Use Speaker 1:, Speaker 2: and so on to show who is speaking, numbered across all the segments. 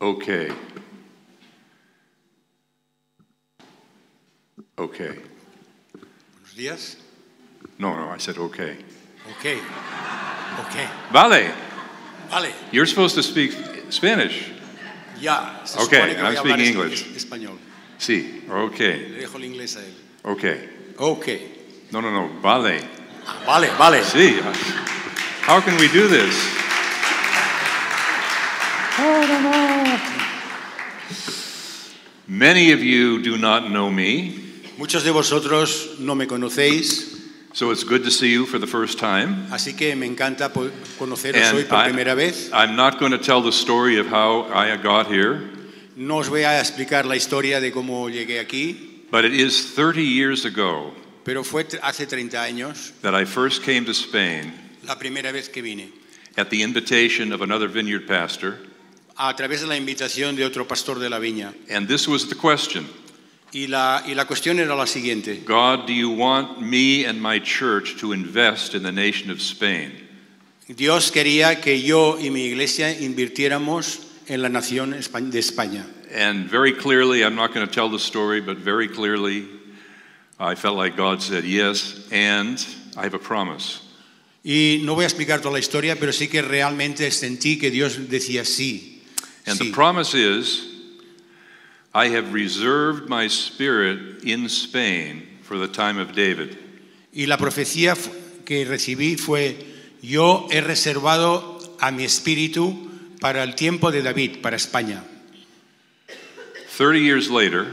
Speaker 1: Okay. Okay.
Speaker 2: Buenos días.
Speaker 1: No, no, I said okay.
Speaker 2: Ok. Ok.
Speaker 1: Vale,
Speaker 2: Vale.
Speaker 1: you're supposed to speak Spanish.
Speaker 2: Ya. Se
Speaker 1: Ok,
Speaker 2: supone que
Speaker 1: I'm
Speaker 2: voy a hablar
Speaker 1: speaking
Speaker 2: espa-
Speaker 1: English.
Speaker 2: español.
Speaker 1: Sí, okay,
Speaker 2: Le dejo el inglés a él.
Speaker 1: okay.
Speaker 2: Ok.
Speaker 1: No, no, no, vale.
Speaker 2: Ah, vale, vale.
Speaker 1: Sí. How can we do this? I don't know. Many of you do not know me,
Speaker 2: Muchos de vosotros no me conocéis,
Speaker 1: so it's good to see you for the first time.
Speaker 2: así que me encanta po- conoceros hoy
Speaker 1: And
Speaker 2: por
Speaker 1: I,
Speaker 2: primera vez.
Speaker 1: am not going to tell the story of how I got here,
Speaker 2: No os voy a explicar la historia de cómo llegué aquí,
Speaker 1: but it is 30 years ago
Speaker 2: pero fue tr- hace 30 años
Speaker 1: that I first came to Spain
Speaker 2: la primera vez que vine,
Speaker 1: at the invitation of another vineyard pastor,
Speaker 2: a través de la invitación de otro pastor de la viña.
Speaker 1: and this was the question
Speaker 2: Y la, y la cuestión era la siguiente.
Speaker 1: God, do you want me and my church to invest in the nation of Spain?
Speaker 2: Dios quería que yo y mi iglesia invirtiéramos en la nación espa- de España.
Speaker 1: And very clearly, I'm not going to tell the story, but very clearly, I felt like God said yes, and I have a promise.
Speaker 2: Y no voy a explicar toda la historia, pero sí que realmente sentí que Dios decía sí.
Speaker 1: And the
Speaker 2: sí.
Speaker 1: promise is I have reserved my spirit in Spain for the time of David.
Speaker 2: Y la profecía fu- que recibí fue, yo he reservado a mi espíritu para el tiempo de David, para España.
Speaker 1: 30 years later,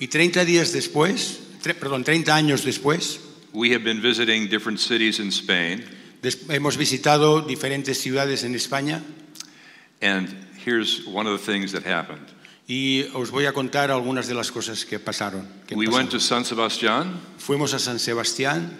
Speaker 2: Y 30 días después, tre- perdón, 30 años después,
Speaker 1: we have been visiting different cities in Spain,
Speaker 2: des- hemos visitado diferentes ciudades en España
Speaker 1: and here's one of the things that happened.
Speaker 2: y os voy a contar algunas de las cosas que pasaron. que
Speaker 1: We
Speaker 2: pasaron.
Speaker 1: went to San Sebastian
Speaker 2: Fuimos a San Sebastián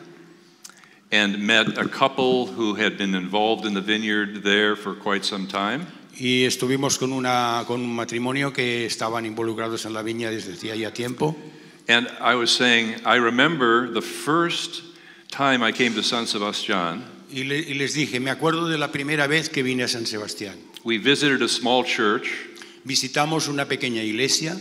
Speaker 1: and met a couple who had been involved in the vineyard there for quite some time.
Speaker 2: y estuvimos con, una, con un matrimonio que estaban involucrados en la viña desde hacía ya tiempo.
Speaker 1: And I was saying, I remember the first time I came to San Sebastian,
Speaker 2: Y, le- y les dije, me acuerdo de la primera vez que vine a San Sebastián.
Speaker 1: we visited a small church,
Speaker 2: Visitamos una pequeña iglesia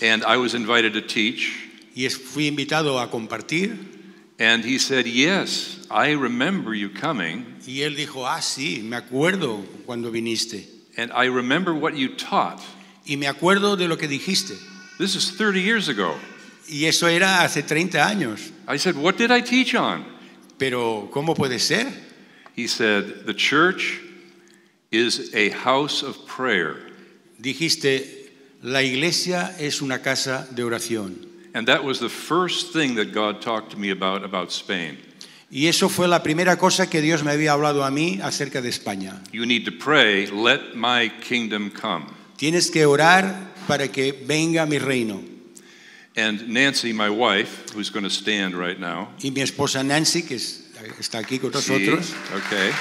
Speaker 1: and I was invited to teach.
Speaker 2: y es- fui invitado a compartir
Speaker 1: And he said, Yes, I remember you coming,
Speaker 2: y él dijo, ah, sí, me acuerdo cuando viniste
Speaker 1: and I remember what you taught.
Speaker 2: y me acuerdo de lo que dijiste.
Speaker 1: This is 30 years ago.
Speaker 2: Y eso era hace 30 años.
Speaker 1: I said, What did I teach on?
Speaker 2: Pero, ¿cómo puede ser?
Speaker 1: He said, The church is a house of prayer.
Speaker 2: Dijiste, la iglesia es una casa de oración.
Speaker 1: And that was the first thing that God talked to me about about Spain.
Speaker 2: Y eso fue la primera cosa que Dios me había hablado a mí acerca de España.
Speaker 1: You need to pray, let my kingdom come.
Speaker 2: Tienes que orar para que venga mi reino.
Speaker 1: And Nancy, my wife, who's going to stand right now.
Speaker 2: Y mi esposa Nancy, que es- está aquí con
Speaker 1: Sí,
Speaker 2: nosotros,
Speaker 1: Okay.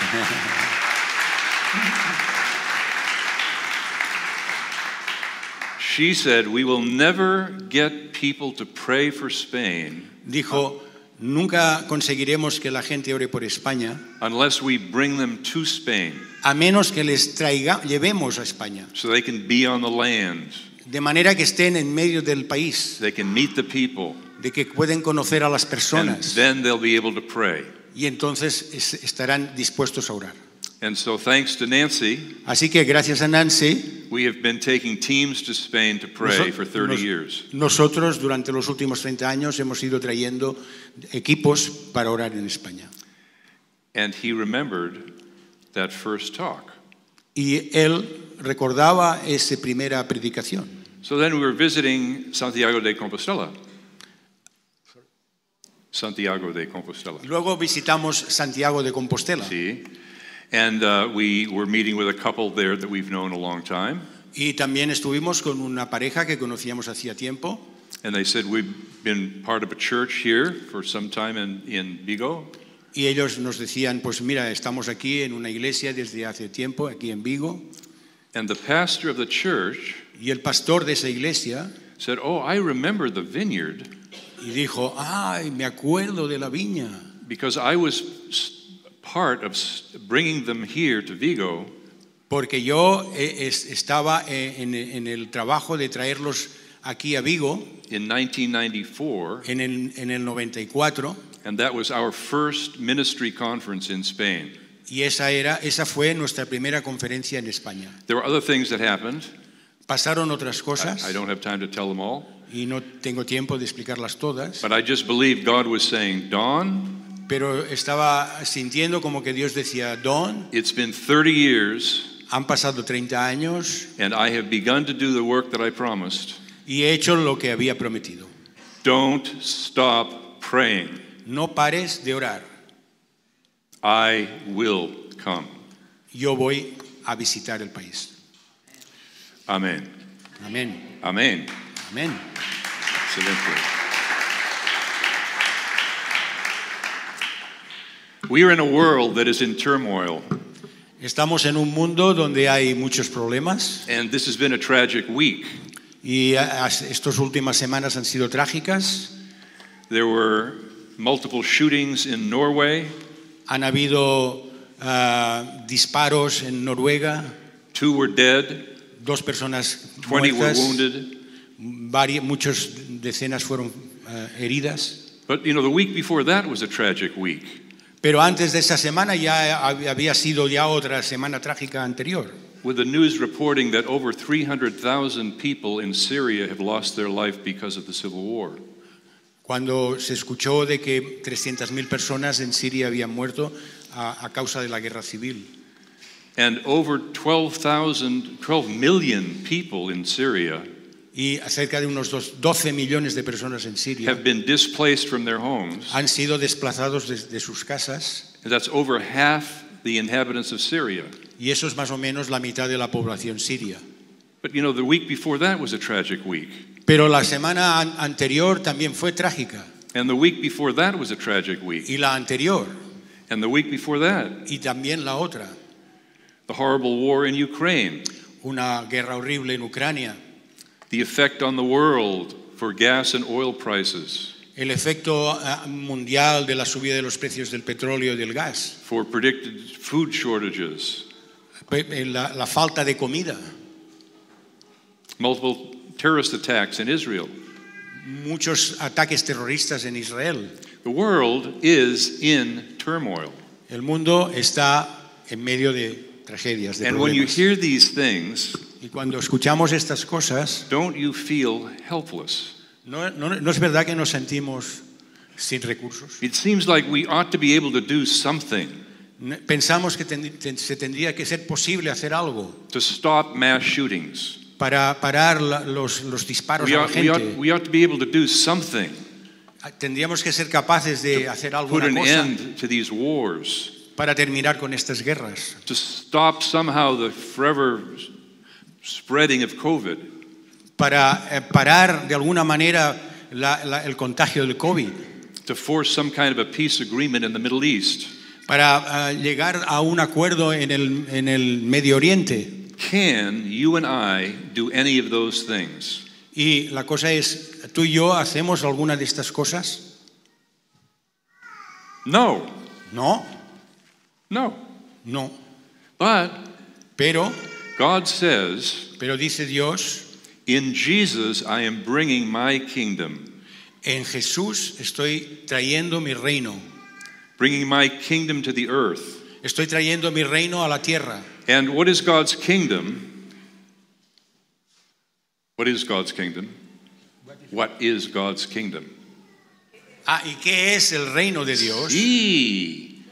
Speaker 1: she said, We will never get people to pray for Spain
Speaker 2: dijo, nunca conseguiremos que la gente ore por España
Speaker 1: unless we bring them to Spain
Speaker 2: a menos que les traiga, llevemos a España,
Speaker 1: so they can be on the land,
Speaker 2: de manera que estén en medio del país,
Speaker 1: they can meet the people,
Speaker 2: de que pueden conocer a las
Speaker 1: and
Speaker 2: personas
Speaker 1: then they'll be able to pray.
Speaker 2: y entonces es- estarán dispuestos a orar.
Speaker 1: And so, thanks to Nancy,
Speaker 2: Así que gracias a Nancy,
Speaker 1: we have been taking teams to Spain to pray
Speaker 2: noso-
Speaker 1: for 30
Speaker 2: nos-
Speaker 1: years.
Speaker 2: nosotros durante los últimos 30 años hemos ido trayendo equipos para orar en España.
Speaker 1: And he remembered that first talk.
Speaker 2: Y él recordaba esa primera predicación.
Speaker 1: So then we were visiting Santiago de Compostela. Santiago de Compostela.
Speaker 2: Luego visitamos Santiago de Compostela
Speaker 1: See? And uh, we were meeting with a couple there that we've known a long time.
Speaker 2: y también estuvimos con una pareja que conocíamos hacía tiempo
Speaker 1: And they said, We've been part of a church here for some time in, in Vigo.
Speaker 2: y ellos nos decían, pues mira, estamos aquí en una iglesia desde hace tiempo, aquí en Vigo,
Speaker 1: And the pastor of the church
Speaker 2: y el pastor de esa iglesia
Speaker 1: said, Oh, I remember the vineyard
Speaker 2: y dijo, ay, me acuerdo de la viña,
Speaker 1: because I was s- part of s- bringing them here to Vigo
Speaker 2: porque yo eh, es- estaba eh, en, en el trabajo de traerlos aquí a Vigo
Speaker 1: in 1994,
Speaker 2: en el, en el 94
Speaker 1: and that was our first ministry conference in Spain.
Speaker 2: y esa, era, esa fue nuestra primera conferencia en España.
Speaker 1: There were other things that happened.
Speaker 2: Pasaron otras
Speaker 1: I,
Speaker 2: cosas
Speaker 1: I don't have time to tell them all,
Speaker 2: y no tengo tiempo de explicarlas todas,
Speaker 1: but I just believe God was saying, Don,
Speaker 2: pero estaba sintiendo como que Dios decía, Don,
Speaker 1: it's been 30 years,
Speaker 2: han pasado 30 años
Speaker 1: and I have begun to do the work that I promised.
Speaker 2: y he hecho lo que había prometido.
Speaker 1: Don't stop praying.
Speaker 2: No pares de orar,
Speaker 1: I will come.
Speaker 2: yo voy a visitar el país.
Speaker 1: Amen.
Speaker 2: Amén,
Speaker 1: Amen.
Speaker 2: amén.
Speaker 1: Excelente. We are in a world that is in turmoil,
Speaker 2: Estamos en un mundo donde hay muchos problemas
Speaker 1: and this has been a tragic week.
Speaker 2: y ah, as- estas últimas semanas han sido trágicas.
Speaker 1: There were multiple shootings in Norway,
Speaker 2: Han habido ah, disparos en Noruega,
Speaker 1: two were dead,
Speaker 2: dos personas
Speaker 1: 20
Speaker 2: muertas,
Speaker 1: were wounded.
Speaker 2: vari- muchas decenas fueron ah, heridas.
Speaker 1: But you know, the week before that was a tragic week.
Speaker 2: Pero antes de esa semana ya hab- había sido ya otra semana trágica anterior.
Speaker 1: With the news reporting that over 300,000 people in Syria have lost their life because of the civil war.
Speaker 2: Cuando se escuchó de que 300.000 personas en Siria habían muerto a, a causa de la guerra civil
Speaker 1: And over 12,000, 12 million people in Syria
Speaker 2: y cerca de unos dos- 12 millones de personas en Siria
Speaker 1: have been displaced from their homes.
Speaker 2: han sido desplazados de, de sus casas
Speaker 1: And that's over half the inhabitants of Syria.
Speaker 2: y eso es más o menos la mitad de la población siria.
Speaker 1: But you know, the week before that was a tragic week.
Speaker 2: Pero la semana an- anterior también fue trágica
Speaker 1: And the week before that was a tragic week.
Speaker 2: y la anterior
Speaker 1: And the week before that,
Speaker 2: y también la otra,
Speaker 1: the horrible war in Ukraine,
Speaker 2: una guerra horrible en Ucrania,
Speaker 1: the effect on the world for gas and oil prices,
Speaker 2: el efecto ah, mundial de la subida de los precios del petróleo y del gas,
Speaker 1: for predicted food shortages,
Speaker 2: pe- eh, la- la falta de comida.
Speaker 1: multiple terrorist attacks in Israel.
Speaker 2: muchos ataques terroristas en Israel.
Speaker 1: The world is in turmoil.
Speaker 2: El mundo está en medio de tragedias. de
Speaker 1: And when you
Speaker 2: problemas.
Speaker 1: hear these things,
Speaker 2: y cuando escuchamos estas cosas,
Speaker 1: don't you feel helpless?
Speaker 2: ¿no, no- no es verdad que nos sentimos sin recursos?
Speaker 1: It seems like we ought to be able to do something
Speaker 2: Ne- Pensamos que ten- ten- se tendría que ser posible hacer algo
Speaker 1: to stop mass shootings.
Speaker 2: para parar la- los, los disparos
Speaker 1: We
Speaker 2: a la
Speaker 1: ought, we,
Speaker 2: gente. Ah,
Speaker 1: ought, we ought to be able to do something,
Speaker 2: Tendríamos que ser capaces de hacer algo
Speaker 1: put an
Speaker 2: cosa
Speaker 1: end to these wars,
Speaker 2: para terminar con estas guerras,
Speaker 1: to stop somehow the forever spreading of COVID.
Speaker 2: para eh, parar de alguna manera la- la- el contagio del COVID.
Speaker 1: To force some kind of a peace agreement in the Middle East
Speaker 2: para ah, llegar a un acuerdo en el, en el Medio Oriente.
Speaker 1: Can you and I do any of those things?
Speaker 2: Y la cosa es, ¿tú y yo hacemos alguna de estas cosas?
Speaker 1: No,
Speaker 2: No,
Speaker 1: no.
Speaker 2: no.
Speaker 1: But
Speaker 2: Pero,
Speaker 1: God says,
Speaker 2: pero dice Dios,
Speaker 1: In Jesus I am bringing my kingdom,
Speaker 2: en Jesús estoy trayendo mi reino,
Speaker 1: bringing my kingdom to the earth.
Speaker 2: estoy trayendo mi reino a la tierra.
Speaker 1: And what is God's kingdom? What is God's kingdom? What is God's kingdom?
Speaker 2: Ah, ¿y qué es el reino de Dios?
Speaker 1: He.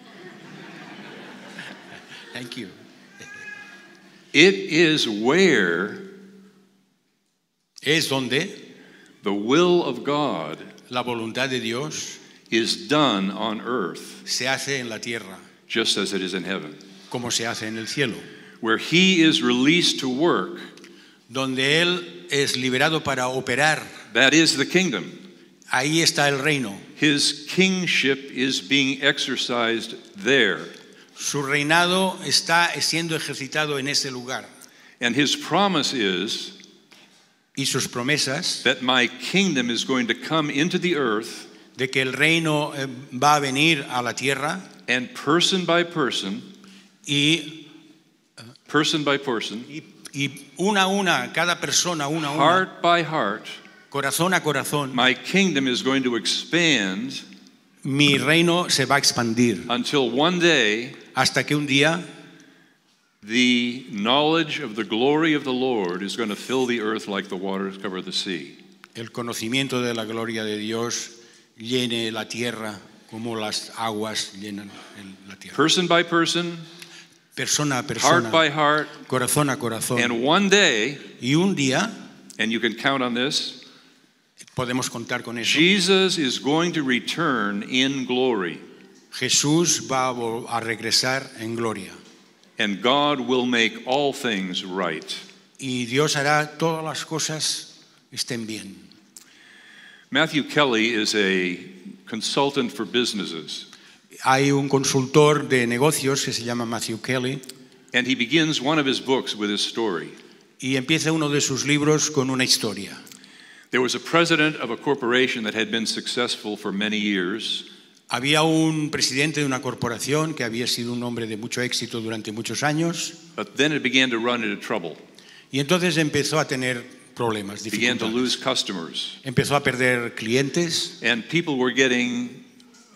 Speaker 2: Thank you.
Speaker 1: It is where
Speaker 2: Es donde
Speaker 1: the will of God
Speaker 2: la voluntad de Dios
Speaker 1: is done on earth,
Speaker 2: se hace en la tierra,
Speaker 1: just as it is in heaven.
Speaker 2: como se hace en el cielo,
Speaker 1: where he is released to work,
Speaker 2: donde Él es liberado para operar.
Speaker 1: that is the kingdom.
Speaker 2: Ahí está el reino.
Speaker 1: His kingship is being exercised there,
Speaker 2: Su reinado está siendo ejercitado en ese lugar.
Speaker 1: and his promise is
Speaker 2: Y sus promesas
Speaker 1: that my kingdom is going to come into the earth
Speaker 2: de que el reino eh, va a venir a la tierra
Speaker 1: and person by person
Speaker 2: y eh,
Speaker 1: person by person,
Speaker 2: Y, y una a una, cada persona, una a una,
Speaker 1: heart by heart,
Speaker 2: corazón a corazón,
Speaker 1: my kingdom is going to expand
Speaker 2: mi reino se va a expandir
Speaker 1: until one day
Speaker 2: hasta que un día
Speaker 1: the knowledge of the glory of the Lord is going to fill the earth like the waters cover the sea.
Speaker 2: el conocimiento de la gloria de Dios llene la tierra como las aguas llenan el- la tierra.
Speaker 1: Person by person,
Speaker 2: Persona a persona,
Speaker 1: heart by heart,
Speaker 2: corazón a corazón.
Speaker 1: and one day,
Speaker 2: Y un día
Speaker 1: and you can count on this,
Speaker 2: podemos contar con eso.
Speaker 1: Jesus is going to return in glory,
Speaker 2: Jesús va a vol- a regresar en gloria
Speaker 1: and God will make all things right.
Speaker 2: y Dios hará todas las cosas estén bien.
Speaker 1: Matthew Kelly is a consultant for businesses,
Speaker 2: Hay un consultor de negocios que se llama Matthew Kelly
Speaker 1: and he begins one of his books with his story.
Speaker 2: y empieza uno de sus libros con una historia.
Speaker 1: There was a president of a corporation that had been successful for many years,
Speaker 2: Había un presidente de una corporación que había sido un hombre de mucho éxito durante muchos años
Speaker 1: but then it began to run into trouble,
Speaker 2: y entonces empezó a tener problemas,
Speaker 1: began to
Speaker 2: dificultades.
Speaker 1: lose customers,
Speaker 2: Empezó a perder clientes
Speaker 1: and people were getting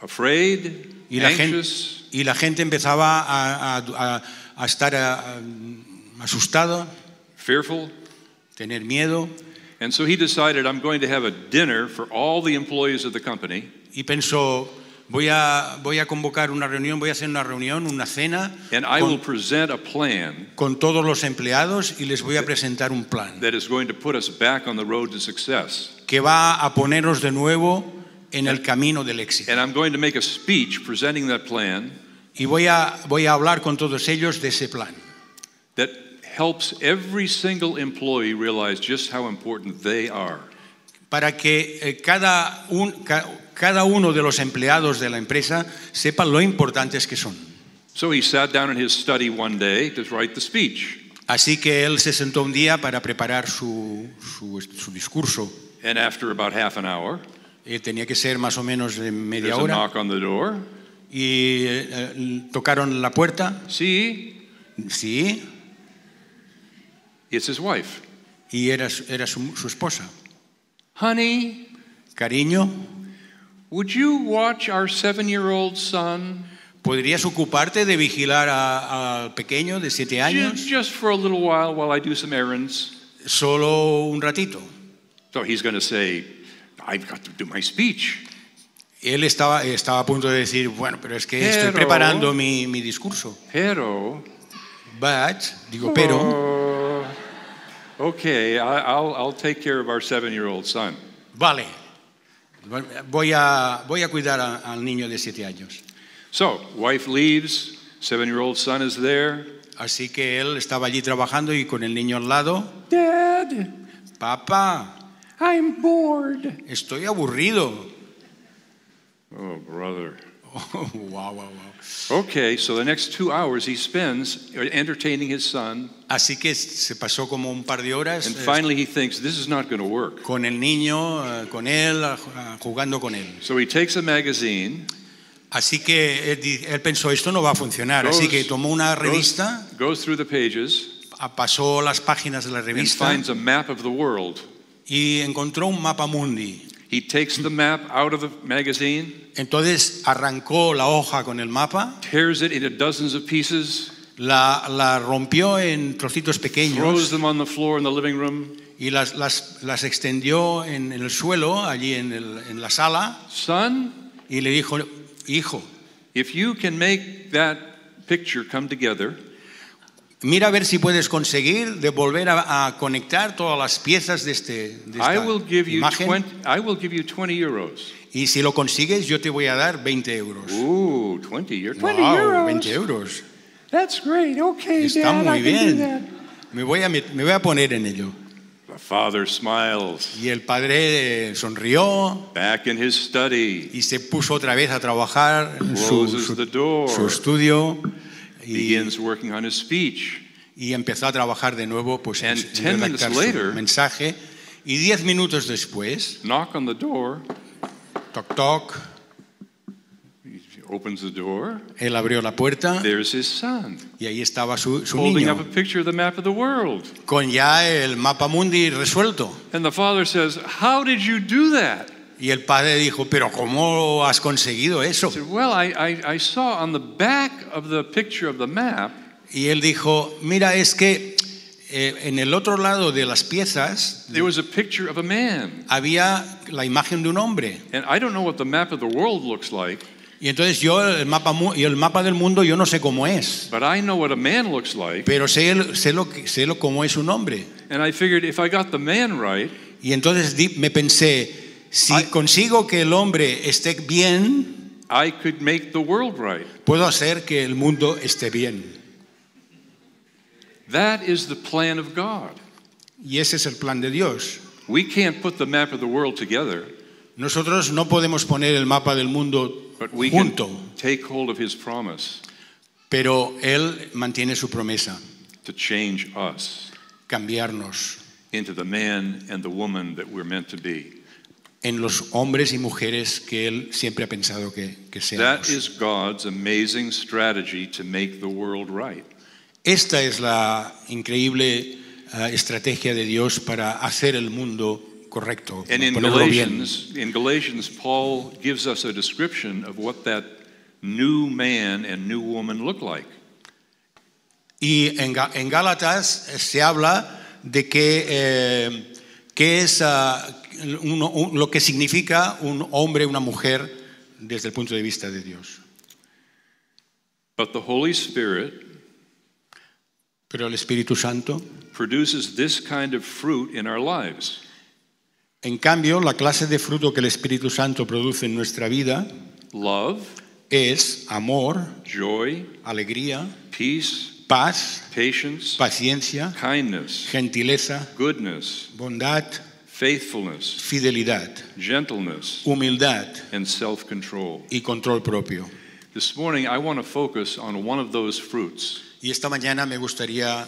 Speaker 1: afraid,
Speaker 2: y la, gen-
Speaker 1: anxious,
Speaker 2: y la gente empezaba a, a- a- a estar a- a- asustada,
Speaker 1: fearful.
Speaker 2: tener miedo
Speaker 1: And so he decided, I'm going to have a dinner for all the employees of the company,
Speaker 2: y pensó, voy a, voy a convocar una reunión, voy a hacer una reunión, una cena
Speaker 1: and I
Speaker 2: con-
Speaker 1: will present a plan
Speaker 2: con todos los empleados y les voy a presentar un plan
Speaker 1: that is going to put us back on the road to success.
Speaker 2: que va a poneros de nuevo en el camino del éxito.
Speaker 1: And I'm going to make a speech presenting that plan
Speaker 2: Y voy a, voy a hablar con todos ellos de ese plan,
Speaker 1: that helps every single employee realize just how important they are.
Speaker 2: para que eh, cada, un- ca- cada uno de los empleados de la empresa sepa lo importantes que son.
Speaker 1: So he sat down in his study one day to write the speech.
Speaker 2: Así que él se sentó un día para preparar su, su- su discurso.
Speaker 1: And after about half an hour,
Speaker 2: Eh, tenía que ser más o menos de
Speaker 1: there's
Speaker 2: media
Speaker 1: a
Speaker 2: hora.
Speaker 1: knock on the door.
Speaker 2: Y eh, eh, tocaron la puerta.
Speaker 1: See,
Speaker 2: Sí.
Speaker 1: it's his wife.
Speaker 2: Y era, su- era su, su esposa.
Speaker 1: Honey,
Speaker 2: Cariño,
Speaker 1: would you watch our seven year old son
Speaker 2: ¿podrías ocuparte de vigilar a- al pequeño de siete
Speaker 1: ju-
Speaker 2: años?
Speaker 1: just for a little while while I do some errands?
Speaker 2: Solo un ratito.
Speaker 1: So he's going to say, I've got to do my speech.
Speaker 2: Él estaba, estaba a punto de decir, bueno, pero es que estoy
Speaker 1: Pero-
Speaker 2: preparando mi, mi discurso.
Speaker 1: Pero.
Speaker 2: But, digo, pero,
Speaker 1: Oh, okay, I, I'll, I'll take care of our seven year old son.
Speaker 2: vale, voy a, voy a cuidar a- al niño de siete años.
Speaker 1: So, wife leaves, seven year old son is there.
Speaker 2: Así que él estaba allí trabajando y con el niño al lado,
Speaker 1: Dad,
Speaker 2: papá,
Speaker 1: I'm bored.
Speaker 2: estoy aburrido.
Speaker 1: Oh, brother.
Speaker 2: Oh, wow, wow, wow.
Speaker 1: Okay, so the next two hours he spends entertaining his son,
Speaker 2: Así que se pasó como un par de horas
Speaker 1: and
Speaker 2: eh,
Speaker 1: finally he thinks this is not going to work.
Speaker 2: con el niño, eh, con él, ah, jugando con él.
Speaker 1: So he takes a magazine,
Speaker 2: Así que él, di- él pensó, esto no va a funcionar.
Speaker 1: Goes-
Speaker 2: Así que tomó una
Speaker 1: goes,
Speaker 2: revista,
Speaker 1: goes through the pages,
Speaker 2: ah, pasó las páginas de la
Speaker 1: and
Speaker 2: revista
Speaker 1: finds a map of the world.
Speaker 2: y encontró un mapa mundi.
Speaker 1: He takes the map out of the magazine,
Speaker 2: Entonces arrancó la hoja con el mapa,
Speaker 1: tears it into dozens of pieces,
Speaker 2: la, la rompió en trocitos pequeños.
Speaker 1: throws them on the floor in the living room.
Speaker 2: y las, las, las extendió en, en el suelo, allí en, el- en la sala,
Speaker 1: Son,
Speaker 2: y le dijo, hijo,
Speaker 1: if you can make that picture come together,
Speaker 2: mira a ver si puedes conseguir de volver a, a conectar todas las piezas de, este, de esta
Speaker 1: I will give you
Speaker 2: imagen,
Speaker 1: 20, I will give you 20 euros.
Speaker 2: y si lo consigues yo te voy a dar 20 euros.
Speaker 1: Ooh, 20 euros.
Speaker 2: Wow, 20 euros.
Speaker 1: That's great. Okay,
Speaker 2: Está muy bien. Me voy, a, met- me voy a poner en ello.
Speaker 1: The father smiles
Speaker 2: Y el padre eh, sonrió
Speaker 1: back in his study,
Speaker 2: y se puso otra vez a trabajar en su,
Speaker 1: closes
Speaker 2: su-
Speaker 1: the door,
Speaker 2: su estudio. Y,
Speaker 1: begins working on his speech.
Speaker 2: y empezó a trabajar de nuevo pues en,
Speaker 1: And 10
Speaker 2: en
Speaker 1: minutes
Speaker 2: redactar su
Speaker 1: later-
Speaker 2: mensaje y diez minutos después
Speaker 1: Knock on the door.
Speaker 2: toc toc
Speaker 1: He's He opens the door.
Speaker 2: Él abrió la puerta
Speaker 1: There's his son
Speaker 2: y ahí estaba su, su
Speaker 1: holding up a
Speaker 2: niño
Speaker 1: picture of the map of the world.
Speaker 2: con ya el mapa mundi resuelto.
Speaker 1: And the father says, How did you do that?
Speaker 2: Y el padre dijo, pero ¿cómo has conseguido eso?
Speaker 1: I said, Well, I, I, I saw on the back of the picture of the map,
Speaker 2: Y él dijo, mira, es que eh, en el otro lado de las piezas
Speaker 1: there was a picture of a man.
Speaker 2: había la imagen de un hombre.
Speaker 1: And I don't know what the map of the world looks like,
Speaker 2: Y entonces yo, el mapa, mu- y el mapa del mundo, yo no sé cómo es,
Speaker 1: but I know what a man looks like.
Speaker 2: pero sé, el- sé, lo, que- sé lo, cómo es un hombre.
Speaker 1: And I figured if I got the man right,
Speaker 2: Y entonces di- me pensé, si
Speaker 1: Ay.
Speaker 2: consigo que el hombre esté bien,
Speaker 1: I could make the world right.
Speaker 2: puedo hacer que el mundo esté bien.
Speaker 1: That is the plan of God.
Speaker 2: Y ese es el plan de Dios.
Speaker 1: We can't put the map of the world together,
Speaker 2: Nosotros no podemos poner el mapa del mundo
Speaker 1: but we
Speaker 2: junto,
Speaker 1: can take hold of his promise
Speaker 2: pero Él mantiene su promesa,
Speaker 1: to change us
Speaker 2: cambiarnos
Speaker 1: into the man and the woman that we're meant to be.
Speaker 2: en los hombres y mujeres que Él siempre ha pensado que, que
Speaker 1: That
Speaker 2: seamos.
Speaker 1: is God's amazing strategy to make the world right.
Speaker 2: Esta es la increíble eh, estrategia de Dios para hacer el mundo correcto,
Speaker 1: And in
Speaker 2: ponerlo bien.
Speaker 1: Galatians, in Galatians, Paul gives us a description of what that new man and new woman look like.
Speaker 2: Y en, Ga- en Gálatas eh, se habla de que, eh, qué es ah, un- un- lo que significa un hombre, una mujer desde el punto de vista de Dios.
Speaker 1: But the Holy Spirit
Speaker 2: Pero el Espíritu Santo,
Speaker 1: produces this kind of fruit in our lives.
Speaker 2: en cambio, la clase de fruto que el Espíritu Santo produce en nuestra vida
Speaker 1: love,
Speaker 2: es amor,
Speaker 1: joy,
Speaker 2: alegría,
Speaker 1: peace,
Speaker 2: paz,
Speaker 1: patience,
Speaker 2: paciencia,
Speaker 1: kindness,
Speaker 2: gentileza,
Speaker 1: goodness,
Speaker 2: bondad,
Speaker 1: faithfulness,
Speaker 2: fidelidad,
Speaker 1: gentleness,
Speaker 2: humildad
Speaker 1: and self control.
Speaker 2: y control propio.
Speaker 1: This morning, I want to focus on one of those fruits
Speaker 2: Y esta mañana me gustaría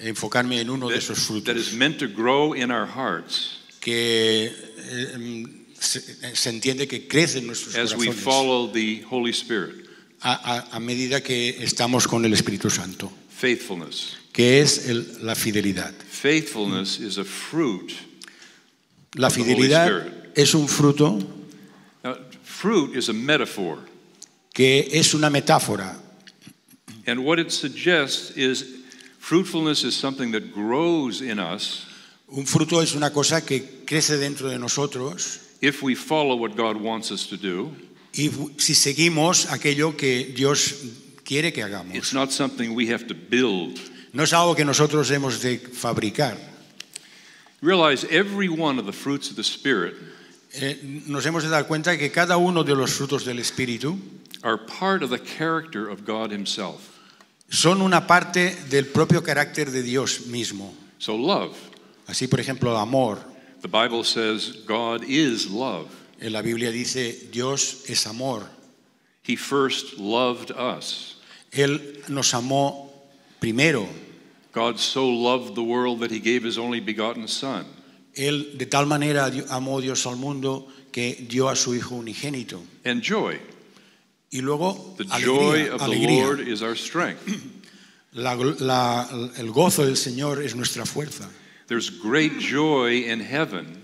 Speaker 2: enfocarme en uno de esos
Speaker 1: that, that is
Speaker 2: frutos
Speaker 1: meant to grow in our hearts
Speaker 2: que eh, em, se, se entiende que crece en nuestros
Speaker 1: as we
Speaker 2: corazones
Speaker 1: follow the Holy Spirit
Speaker 2: a, a- a medida que estamos con el Espíritu Santo,
Speaker 1: faithfulness.
Speaker 2: que es el- la fidelidad.
Speaker 1: Faithfulness is a fruit.
Speaker 2: La
Speaker 1: Of the Holy
Speaker 2: fidelidad
Speaker 1: Spirit.
Speaker 2: es un fruto
Speaker 1: Now, fruit is a metaphor,
Speaker 2: que es una metáfora
Speaker 1: and what it suggests is fruitfulness is something that grows in us
Speaker 2: Un fruto es una cosa que crece dentro de nosotros
Speaker 1: if we follow what God wants us to do,
Speaker 2: y fu- si seguimos aquello que Dios quiere que hagamos.
Speaker 1: it's not something we have to build.
Speaker 2: No es algo que nosotros hemos de fabricar.
Speaker 1: Realize every one of the fruits of the Spirit
Speaker 2: Eh, nos hemos de dar cuenta que cada uno de los frutos del Espíritu
Speaker 1: are part of the character of God Himself.
Speaker 2: son una parte del propio carácter de Dios mismo.
Speaker 1: So, love.
Speaker 2: Así, por ejemplo, amor.
Speaker 1: The Bible says God is love.
Speaker 2: En la Biblia dice, Dios es amor.
Speaker 1: He first loved us.
Speaker 2: Él nos amó primero.
Speaker 1: God so loved the world that He gave His only begotten Son.
Speaker 2: Él de tal manera di- amó Dios al mundo que dio a su Hijo unigénito.
Speaker 1: And joy.
Speaker 2: Y luego,
Speaker 1: The joy
Speaker 2: alegría,
Speaker 1: of
Speaker 2: alegría.
Speaker 1: the Lord is our strength.
Speaker 2: La gl- la- el gozo del Señor es nuestra fuerza.
Speaker 1: There's great joy in heaven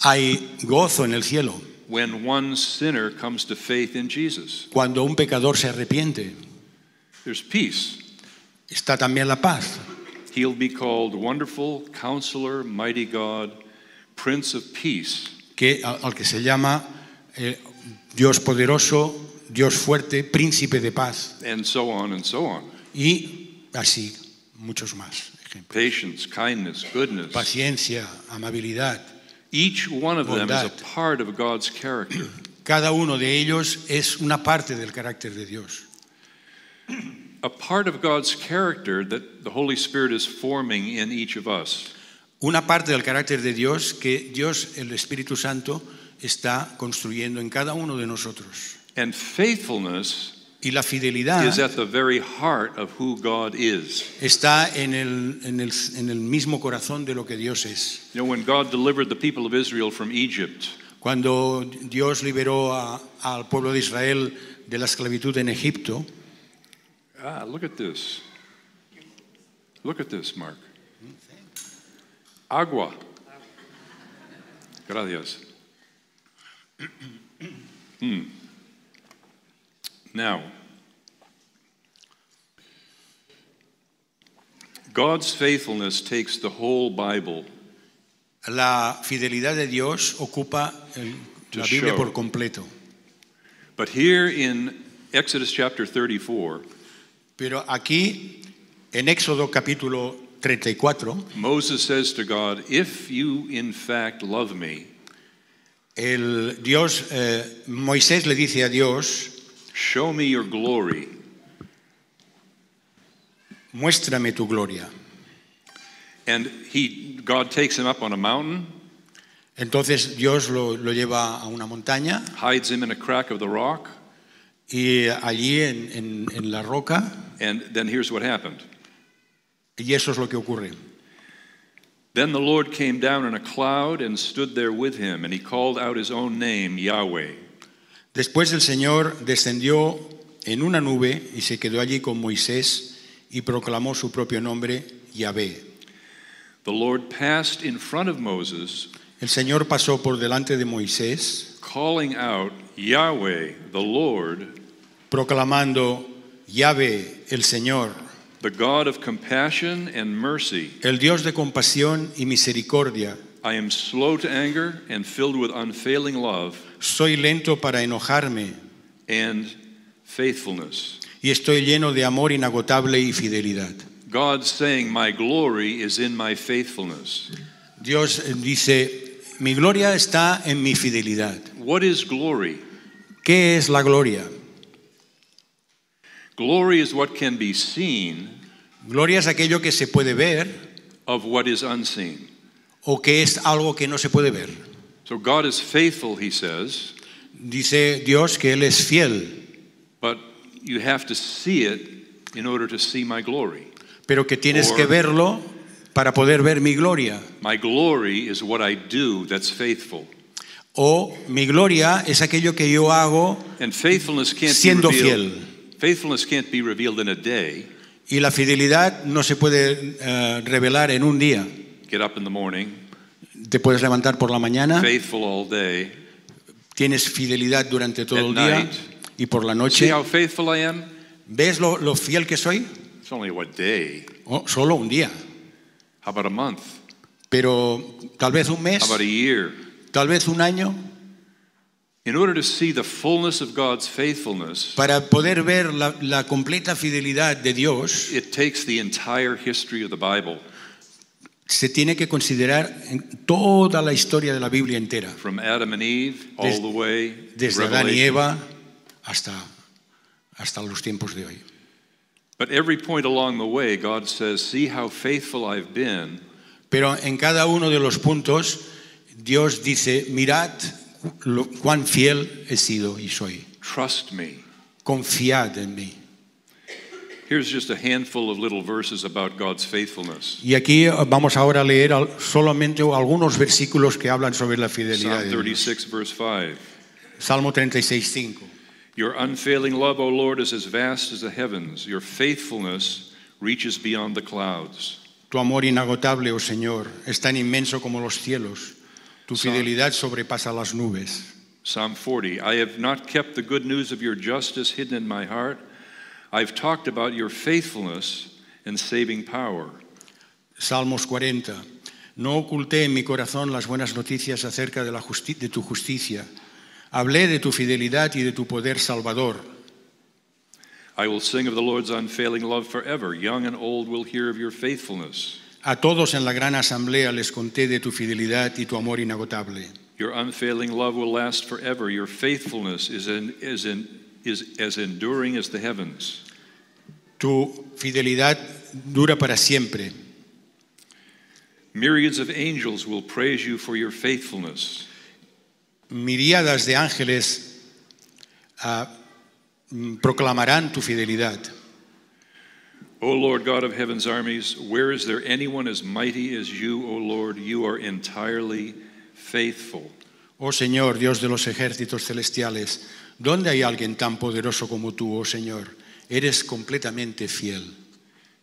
Speaker 2: Hay gozo en el cielo
Speaker 1: when one sinner comes to faith in Jesus.
Speaker 2: cuando un pecador se arrepiente.
Speaker 1: There's peace.
Speaker 2: Está también la paz.
Speaker 1: He'll be called Wonderful Counselor, Mighty God, Prince of Peace.
Speaker 2: que, al al que se llama eh, Dios poderoso, Dios fuerte, príncipe de paz
Speaker 1: and so on and so on.
Speaker 2: y así muchos más. ejemplos.
Speaker 1: Patience, kindness, goodness.
Speaker 2: Paciencia, amabilidad.
Speaker 1: Each one of them is a
Speaker 2: Bondad.
Speaker 1: part of God's character.
Speaker 2: Cada uno de ellos es una parte del carácter de Dios.
Speaker 1: a part of God's character that the Holy Spirit is forming in each of us.
Speaker 2: Una parte del carácter de Dios que Dios, el Espíritu Santo, está construyendo en cada uno de nosotros.
Speaker 1: And faithfulness
Speaker 2: Y la fidelidad
Speaker 1: is at the very heart of who God is.
Speaker 2: está en el, en el- en el mismo corazón de lo que Dios es.
Speaker 1: You know, when God delivered the people of Israel from Egypt,
Speaker 2: Cuando Dios liberó a- al pueblo de Israel de la esclavitud en Egipto,
Speaker 1: Ah, look at this. Look at this, Mark. Agua. Gracias. Hmm. Now, God's faithfulness takes the whole Bible
Speaker 2: la fidelidad de Dios ocupa el-
Speaker 1: To
Speaker 2: la Biblia
Speaker 1: show.
Speaker 2: por completo.
Speaker 1: But here in Exodus chapter 34,
Speaker 2: Pero aquí, en Éxodo capítulo 34,
Speaker 1: Moses says to God, If you in fact love me,
Speaker 2: el Dios, eh, Moisés le dice a Dios,
Speaker 1: show me your glory.
Speaker 2: muéstrame tu gloria.
Speaker 1: And he, God takes him up on a mountain,
Speaker 2: Entonces Dios lo, lo lleva a una montaña
Speaker 1: hides him in a crack of the rock,
Speaker 2: y allí en, en- en la roca,
Speaker 1: and then here's what happened.
Speaker 2: y eso es lo que ocurre.
Speaker 1: Then the Lord came down in a cloud and stood there with him, and he called out his own name, Yahweh.
Speaker 2: Después el Señor descendió en una nube y se quedó allí con Moisés y proclamó su propio nombre, Yahvé.
Speaker 1: The Lord passed in front of Moses,
Speaker 2: El Señor pasó por delante de Moisés,
Speaker 1: calling out, Yahweh, the Lord,
Speaker 2: proclamando, Yahvé, el Señor,
Speaker 1: the God of compassion and mercy.
Speaker 2: el Dios de compasión y misericordia.
Speaker 1: I am slow to anger and filled with unfailing love
Speaker 2: Soy lento para enojarme
Speaker 1: and faithfulness.
Speaker 2: y estoy lleno de amor inagotable y fidelidad.
Speaker 1: God saying, My glory is in my faithfulness.
Speaker 2: Dios eh, dice, mi gloria está en mi fidelidad.
Speaker 1: What is glory?
Speaker 2: ¿Qué es la gloria?
Speaker 1: Glory is what can be seen
Speaker 2: Gloria es aquello que se puede ver
Speaker 1: of what is unseen.
Speaker 2: o que es algo que no se puede ver.
Speaker 1: So God is faithful, he says,
Speaker 2: Dice Dios que Él es fiel,
Speaker 1: but you have to see it in order to see my glory.
Speaker 2: pero que tienes
Speaker 1: Or-
Speaker 2: que verlo para poder ver mi gloria.
Speaker 1: My glory is what I do that's faithful.
Speaker 2: O mi gloria es aquello que yo hago
Speaker 1: And faithfulness can't
Speaker 2: siendo
Speaker 1: be revealed.
Speaker 2: fiel.
Speaker 1: Faithfulness can't be revealed in a day.
Speaker 2: Y la fidelidad no se puede eh, revelar en un día.
Speaker 1: Get up in the morning,
Speaker 2: Te puedes levantar por la mañana,
Speaker 1: faithful all day.
Speaker 2: tienes fidelidad durante todo
Speaker 1: At
Speaker 2: el día
Speaker 1: night.
Speaker 2: y por la
Speaker 1: See
Speaker 2: noche.
Speaker 1: how faithful I am?
Speaker 2: ¿Ves lo, lo fiel que soy?
Speaker 1: It's only what day?
Speaker 2: Oh, solo un día,
Speaker 1: How about a month?
Speaker 2: pero tal vez un mes,
Speaker 1: How about a year?
Speaker 2: tal vez un año.
Speaker 1: In order to see the fullness of God's faithfulness,
Speaker 2: Para poder ver la, la completa fidelidad de Dios,
Speaker 1: it takes the entire history of the Bible,
Speaker 2: se tiene que considerar en toda la historia de la Biblia entera,
Speaker 1: from Adam and Eve all
Speaker 2: Desde-
Speaker 1: the way
Speaker 2: desde Adán y Eva hasta, hasta los tiempos de hoy.
Speaker 1: But every point along the way, God says, "See how faithful I've been.
Speaker 2: Pero en cada uno de los puntos, Dios dice, mirad lo- cuán fiel he sido y soy,
Speaker 1: Trust me."
Speaker 2: confiad en mí.
Speaker 1: Here's just a handful of little verses about God's faithfulness.
Speaker 2: Y aquí vamos ahora a leer al- solamente algunos versículos que hablan sobre la fidelidad.
Speaker 1: Psalm
Speaker 2: de Dios.
Speaker 1: 36 verse 5.
Speaker 2: Salmo 36, 5.
Speaker 1: Your unfailing love, O Lord, is as vast as the heavens. Your faithfulness reaches beyond the clouds.
Speaker 2: Tu amor inagotable, oh Señor, es tan inmenso como los cielos. Tu
Speaker 1: Sa-
Speaker 2: fidelidad sobrepasa las nubes.
Speaker 1: Psalm 40 I have not kept the good news of your justice hidden in my heart. I've talked about your faithfulness and saving power.
Speaker 2: Salmos 40. No oculté en mi corazón las buenas noticias acerca de, la justi- de tu justicia. Hablé de tu fidelidad y de tu poder salvador.
Speaker 1: I will sing of the Lord's unfailing love forever. Young and old will hear of your faithfulness.
Speaker 2: A todos en la gran asamblea les conté de tu fidelidad y tu amor inagotable.
Speaker 1: Your unfailing love will last forever. Your faithfulness is, in, is, in, is as enduring as the heavens.
Speaker 2: Tu fidelidad dura para siempre.
Speaker 1: Myriads of angels will praise you for your faithfulness.
Speaker 2: miríadas de ángeles ah, mm, proclamarán tu fidelidad.
Speaker 1: O Lord God of heaven's armies, where is there anyone as mighty as you, O Lord? You are entirely faithful.
Speaker 2: Oh Señor, Dios de los ejércitos celestiales, ¿dónde hay alguien tan poderoso como tú, oh Señor? Eres completamente fiel.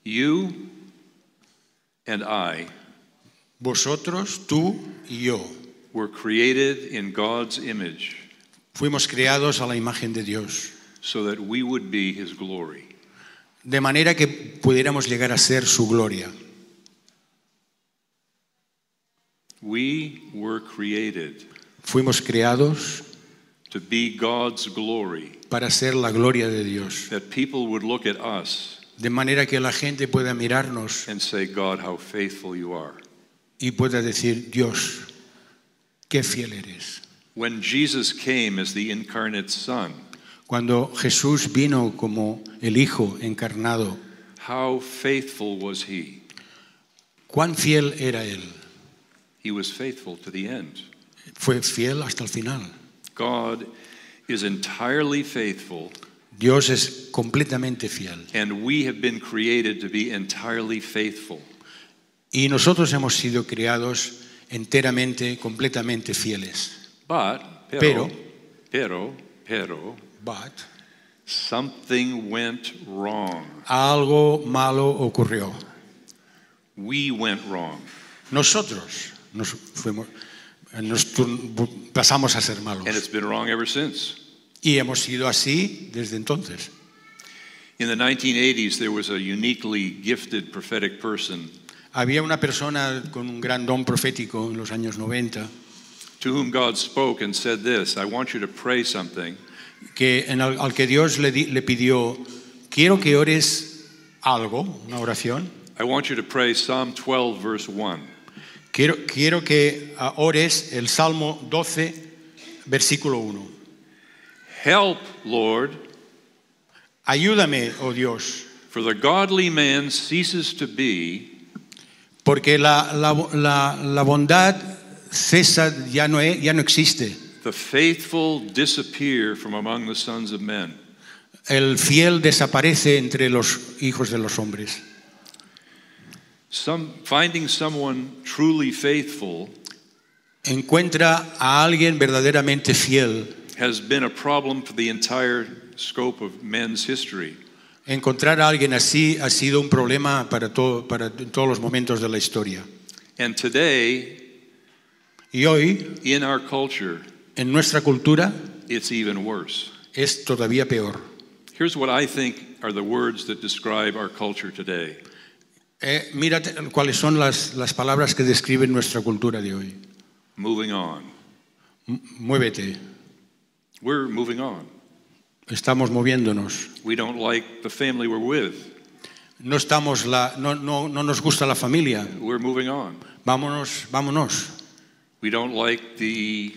Speaker 1: You and I
Speaker 2: Vosotros, tú y yo,
Speaker 1: were created in God's image
Speaker 2: fuimos creados a la imagen de Dios,
Speaker 1: so that we would be His glory.
Speaker 2: de manera que pudiéramos llegar a ser su gloria.
Speaker 1: We were created
Speaker 2: Fuimos creados
Speaker 1: to be God's glory,
Speaker 2: para ser la gloria de Dios,
Speaker 1: that people would look at us
Speaker 2: de manera que la gente pueda mirarnos
Speaker 1: and say, God, how faithful you are.
Speaker 2: y pueda decir, Dios, qué fiel eres.
Speaker 1: When Jesus came as the incarnate Son,
Speaker 2: Cuando Jesús vino como el Hijo encarnado,
Speaker 1: how faithful was He?
Speaker 2: ¿cuán fiel era Él?
Speaker 1: He was faithful to the end.
Speaker 2: Fue fiel hasta el final.
Speaker 1: God is entirely faithful,
Speaker 2: Dios es completamente fiel.
Speaker 1: and we have been created to be entirely faithful.
Speaker 2: Y nosotros hemos sido creados enteramente, completamente fieles.
Speaker 1: But, pero, pero, pero,
Speaker 2: But
Speaker 1: something went wrong.
Speaker 2: algo malo ocurrió.
Speaker 1: We went wrong.
Speaker 2: Nosotros nos fuimos, nos tur- pasamos a ser malos.
Speaker 1: And it's been wrong ever since.
Speaker 2: Y hemos sido así desde entonces.
Speaker 1: In the 1980s, there was a uniquely gifted prophetic person
Speaker 2: Había una persona con un gran don profético en los años 90
Speaker 1: to whom God spoke and said this I want you to pray something,
Speaker 2: que en al, al que Dios le, di- le pidió, quiero que ores algo, una oración,
Speaker 1: I want you to pray Psalm 12, verse 1.
Speaker 2: quiero, quiero que ah, ores el Salmo 12, versículo 1.
Speaker 1: Help, Lord,
Speaker 2: Ayúdame, oh Dios,
Speaker 1: for the godly man ceases to be
Speaker 2: porque la, la, la- la bondad cesa, ya no, e- ya no existe.
Speaker 1: The faithful disappear from among the sons of men.
Speaker 2: El fiel desaparece entre los hijos de los hombres.
Speaker 1: Some, finding someone truly faithful
Speaker 2: Encuentra a alguien verdaderamente fiel.
Speaker 1: has been a problem for the entire scope of men's history.
Speaker 2: Encontrar a alguien así ha sido un problema para, todo, para todos los momentos de la historia.
Speaker 1: And today,
Speaker 2: Y hoy,
Speaker 1: in our culture,
Speaker 2: en nuestra cultura,
Speaker 1: it's even worse.
Speaker 2: es todavía peor.
Speaker 1: Here's what I think are the words that describe our culture today
Speaker 2: Eh, mira cuáles son las, las palabras que describen nuestra cultura de hoy.
Speaker 1: moving on.
Speaker 2: M- muévete,
Speaker 1: We're moving on.
Speaker 2: estamos moviéndonos.
Speaker 1: We don't like the family we're with.
Speaker 2: No, estamos la, no, no, no nos gusta la familia.
Speaker 1: We're moving on.
Speaker 2: Vámonos, vámonos.
Speaker 1: We don't like the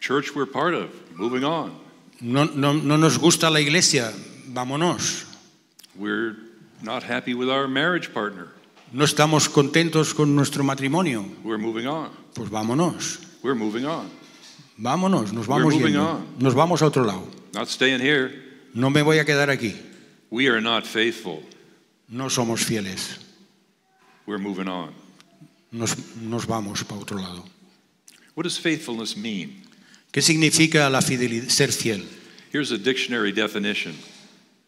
Speaker 1: church we're part of. Moving on.
Speaker 2: No, no, no nos gusta la iglesia. Vámonos.
Speaker 1: We're not happy with our marriage partner.
Speaker 2: No estamos contentos con nuestro matrimonio.
Speaker 1: We're moving on.
Speaker 2: Pues vámonos.
Speaker 1: We're moving on.
Speaker 2: Vámonos, nos
Speaker 1: We're
Speaker 2: vamos
Speaker 1: moving
Speaker 2: yendo.
Speaker 1: on.
Speaker 2: Nos vamos a otro lado.
Speaker 1: Not staying here.
Speaker 2: No me voy a quedar aquí.
Speaker 1: We are not faithful.
Speaker 2: No somos fieles.
Speaker 1: We're moving on.
Speaker 2: Nos, nos vamos para otro lado.
Speaker 1: What does faithfulness mean?
Speaker 2: ¿Qué significa la fidelidad, ser fiel?
Speaker 1: Here's a dictionary definition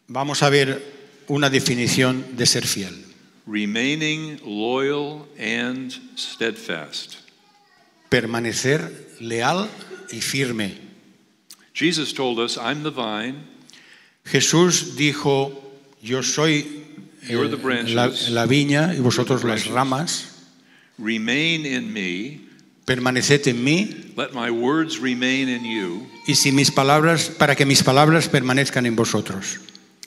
Speaker 2: Vamos a ver una definición de ser fiel.
Speaker 1: remaining loyal and steadfast.
Speaker 2: Permanecer leal y firme.
Speaker 1: Jesus told us, I'm the vine,
Speaker 2: Jesús dijo, yo soy eh,
Speaker 1: You're the branches.
Speaker 2: la, la viña y vosotros
Speaker 1: You're the
Speaker 2: las
Speaker 1: branches.
Speaker 2: ramas,
Speaker 1: remain in me,
Speaker 2: permaneced en mí
Speaker 1: let my words remain in you,
Speaker 2: y si mis palabras, para que mis palabras permanezcan en vosotros.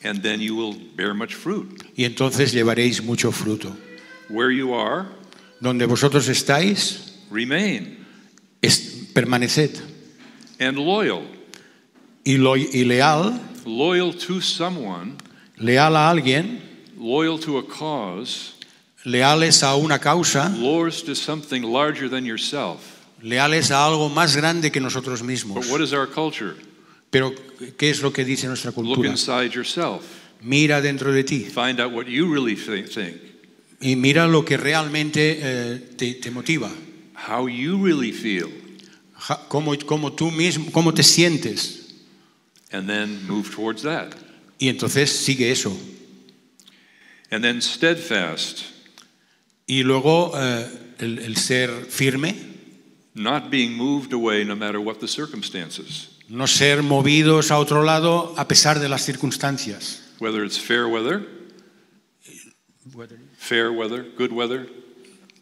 Speaker 1: and then you will bear much fruit.
Speaker 2: Y entonces llevaréis mucho fruto.
Speaker 1: Where you are,
Speaker 2: Donde vosotros estáis,
Speaker 1: remain
Speaker 2: es- permaneced.
Speaker 1: and loyal.
Speaker 2: Y, lo- y leal,
Speaker 1: Loyal to someone,
Speaker 2: leal a alguien,
Speaker 1: loyal to a cause,
Speaker 2: leales a una causa,
Speaker 1: loyal to something larger than yourself.
Speaker 2: leales a algo más grande que nosotros mismos.
Speaker 1: But what is our culture?
Speaker 2: Pero, ¿qué es lo que dice nuestra
Speaker 1: Look
Speaker 2: cultura?
Speaker 1: inside yourself.
Speaker 2: Mira dentro de ti.
Speaker 1: Find out what you really thi- think,
Speaker 2: Y mira lo que realmente eh, te, te motiva,
Speaker 1: how you really feel,
Speaker 2: Ja- cómo, cómo tú mismo, cómo te sientes.
Speaker 1: and then move towards that.
Speaker 2: Y entonces sigue eso.
Speaker 1: And then steadfast,
Speaker 2: Y luego eh, el, el ser firme,
Speaker 1: not being moved away no matter what the circumstances,
Speaker 2: no ser movidos a otro lado a pesar de las circunstancias.
Speaker 1: whether it's fair weather, fair weather, good weather,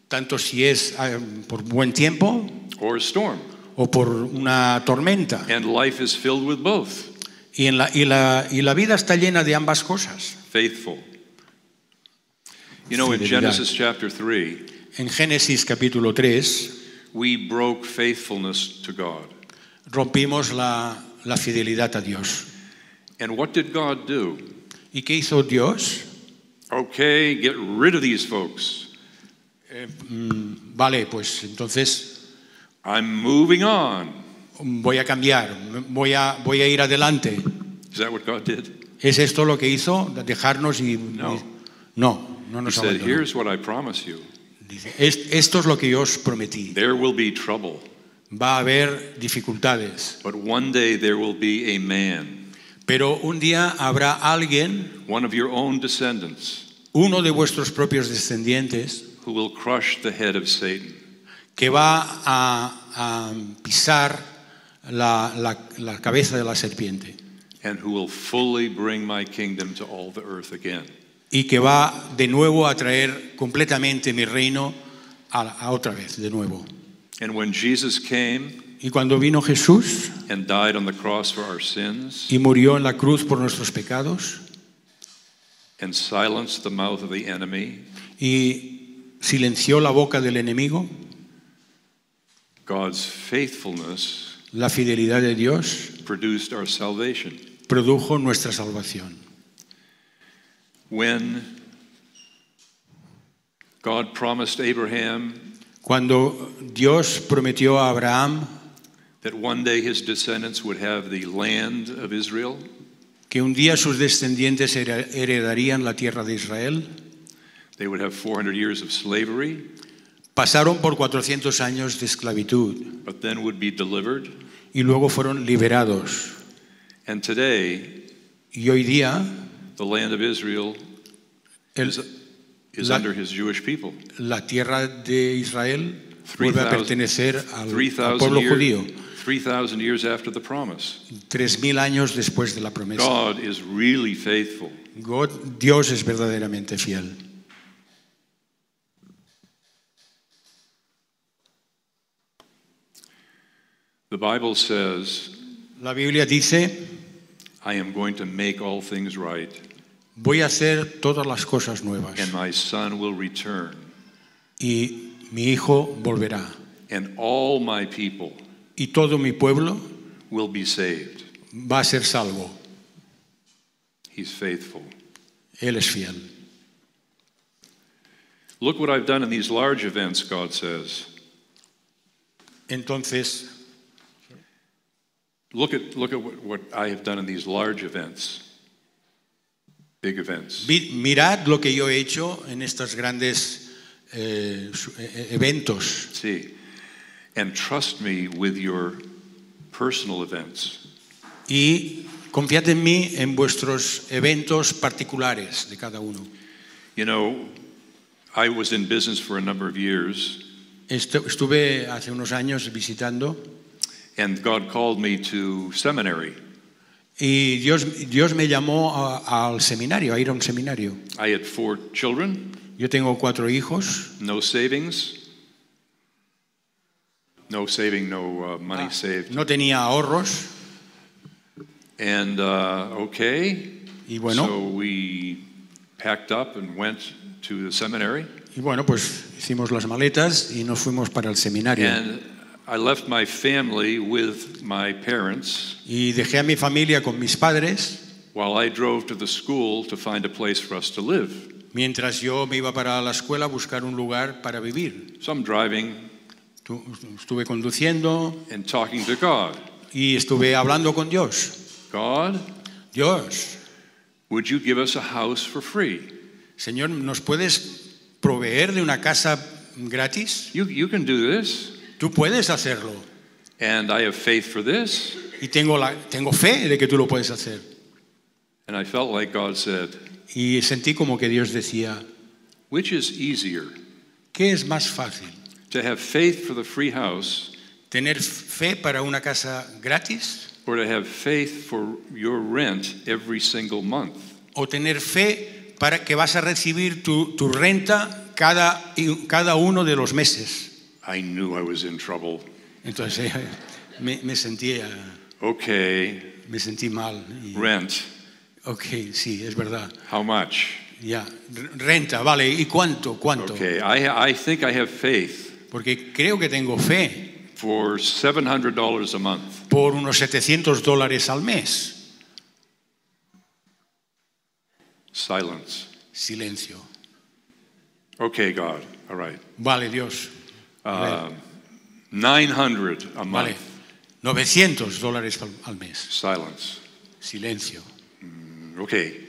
Speaker 2: Tanto si es eh, por buen tiempo
Speaker 1: or a storm.
Speaker 2: o por una tormenta.
Speaker 1: And life is filled with both
Speaker 2: Y, en la, y, la, y la vida está llena de ambas cosas.
Speaker 1: faithful. You know, in
Speaker 2: Fidelidad.
Speaker 1: Genesis chapter 3,
Speaker 2: En Génesis capítulo 3
Speaker 1: we broke faithfulness to God.
Speaker 2: rompimos la, la fidelidad a Dios.
Speaker 1: And what did God do?
Speaker 2: ¿Y qué hizo Dios?
Speaker 1: Okay, get rid of these folks.
Speaker 2: Mm, vale, pues entonces
Speaker 1: I'm moving on.
Speaker 2: voy a cambiar, voy a, voy a ir adelante.
Speaker 1: Is that what God did?
Speaker 2: ¿Es esto lo que hizo? ¿Dejarnos y...?
Speaker 1: No.
Speaker 2: no, no
Speaker 1: He
Speaker 2: nos
Speaker 1: said,
Speaker 2: abandonó.
Speaker 1: Here's what I promise you
Speaker 2: Dice, "Es- Esto es lo que yo os prometí.
Speaker 1: there will be trouble,
Speaker 2: Va a haber dificultades,
Speaker 1: but one day there will be a man,
Speaker 2: pero un día habrá alguien,
Speaker 1: one of your own descendants,
Speaker 2: uno de vuestros propios descendientes,
Speaker 1: who will crush the head of Satan.
Speaker 2: que va a, a pisar la, la- la cabeza de la serpiente
Speaker 1: and who will fully bring my kingdom to all the earth again.
Speaker 2: y que va de nuevo a traer completamente mi reino a, a otra vez, de nuevo.
Speaker 1: And when Jesus came
Speaker 2: Y cuando vino Jesús
Speaker 1: and died on the cross for our sins
Speaker 2: y murió en la cruz por nuestros pecados
Speaker 1: and silenced the mouth of the enemy,
Speaker 2: y silenció la boca del enemigo,
Speaker 1: God's faithfulness
Speaker 2: la fidelidad de Dios
Speaker 1: produced our salvation.
Speaker 2: produjo nuestra salvación.
Speaker 1: When God promised Abraham
Speaker 2: Cuando Dios prometió a Abraham
Speaker 1: that one day his descendants would have the land of Israel,
Speaker 2: que un día sus descendientes her- heredarían la tierra de Israel,
Speaker 1: they would have 400 years of slavery,
Speaker 2: pasaron por 400 años de esclavitud
Speaker 1: but then would be delivered.
Speaker 2: y luego fueron liberados.
Speaker 1: And today,
Speaker 2: Y hoy día
Speaker 1: the land of Israel
Speaker 2: el-
Speaker 1: is, is
Speaker 2: la-
Speaker 1: under his Jewish people.
Speaker 2: la tierra de Israel
Speaker 1: Three
Speaker 2: vuelve a
Speaker 1: thousand-
Speaker 2: pertenecer al, al
Speaker 1: 3,000
Speaker 2: pueblo judío
Speaker 1: years, 3,000 years after the promise.
Speaker 2: 3.000 años después de la promesa.
Speaker 1: God is really faithful.
Speaker 2: God- Dios es verdaderamente fiel.
Speaker 1: The Bible says,
Speaker 2: La Biblia dice,
Speaker 1: I am going to make all things right,
Speaker 2: voy a hacer todas las cosas nuevas
Speaker 1: and my son will return,
Speaker 2: y mi hijo volverá.
Speaker 1: and all my people
Speaker 2: y todo mi pueblo
Speaker 1: will be saved.
Speaker 2: va a ser salvo.
Speaker 1: He's faithful.
Speaker 2: Él es fiel.
Speaker 1: Look what I've done in these large events, God says.
Speaker 2: Entonces,
Speaker 1: Look at, look at what, what I have done in these large events, big events.
Speaker 2: vi- mirad lo que yo he hecho en estos grandes eh, su- e- e- eventos
Speaker 1: See, and trust me with your personal events.
Speaker 2: y confiad en mí en vuestros eventos particulares de cada uno.
Speaker 1: You know, I was in business for a number of years,
Speaker 2: Estu- Estuve hace unos años visitando
Speaker 1: and God called me to seminary.
Speaker 2: y Dios, Dios me llamó a- al seminario, a ir a un seminario.
Speaker 1: I had four children,
Speaker 2: Yo tengo cuatro hijos,
Speaker 1: no savings, no saving, no uh, money saved.
Speaker 2: no tenía ahorros
Speaker 1: And uh, okay,
Speaker 2: y bueno,
Speaker 1: so we packed up and went to the seminary.
Speaker 2: y bueno, pues hicimos las maletas y nos fuimos para el seminario.
Speaker 1: And I left my family with my parents.
Speaker 2: Y dejé a mi familia con mis padres
Speaker 1: while I drove to the school to find a place for us to live.
Speaker 2: mientras yo me iba para la escuela a buscar un lugar para vivir.
Speaker 1: So I'm driving
Speaker 2: Tu- Estuve conduciendo
Speaker 1: and talking to God.
Speaker 2: y estuve hablando con Dios.
Speaker 1: God,
Speaker 2: Dios,
Speaker 1: would you give us a house for free?
Speaker 2: Señor, ¿nos puedes proveer de una casa gratis?
Speaker 1: You, you can do this.
Speaker 2: Tú puedes hacerlo.
Speaker 1: and I have faith for this.
Speaker 2: Y tengo, la, tengo fe de que tú lo puedes hacer.
Speaker 1: And I felt like God said,
Speaker 2: Y sentí como que Dios decía,
Speaker 1: Which is easier,
Speaker 2: ¿qué es más fácil?
Speaker 1: to have faith for the free house
Speaker 2: ¿Tener fe para una casa gratis
Speaker 1: or to have faith for your rent every single month?
Speaker 2: o tener fe para que vas a recibir tu, tu renta cada, cada uno de los meses?
Speaker 1: I knew I was in trouble.
Speaker 2: Entonces eh, me, me sentía,
Speaker 1: Okay,
Speaker 2: me sentí mal. y-
Speaker 1: rent,
Speaker 2: ok, sí, es verdad.
Speaker 1: how much?
Speaker 2: Ya, R- renta, vale. ¿Y cuánto? ¿Cuánto?
Speaker 1: Okay, I, I think I have faith
Speaker 2: Porque creo que tengo fe
Speaker 1: for $700 a month.
Speaker 2: por unos 700 dólares al mes.
Speaker 1: Silence.
Speaker 2: Silencio.
Speaker 1: Okay, God, all right.
Speaker 2: Vale, Dios.
Speaker 1: Uh, 900 a month.
Speaker 2: Vale. 900 dólares al, al mes.
Speaker 1: Silence.
Speaker 2: Silencio.
Speaker 1: Okay.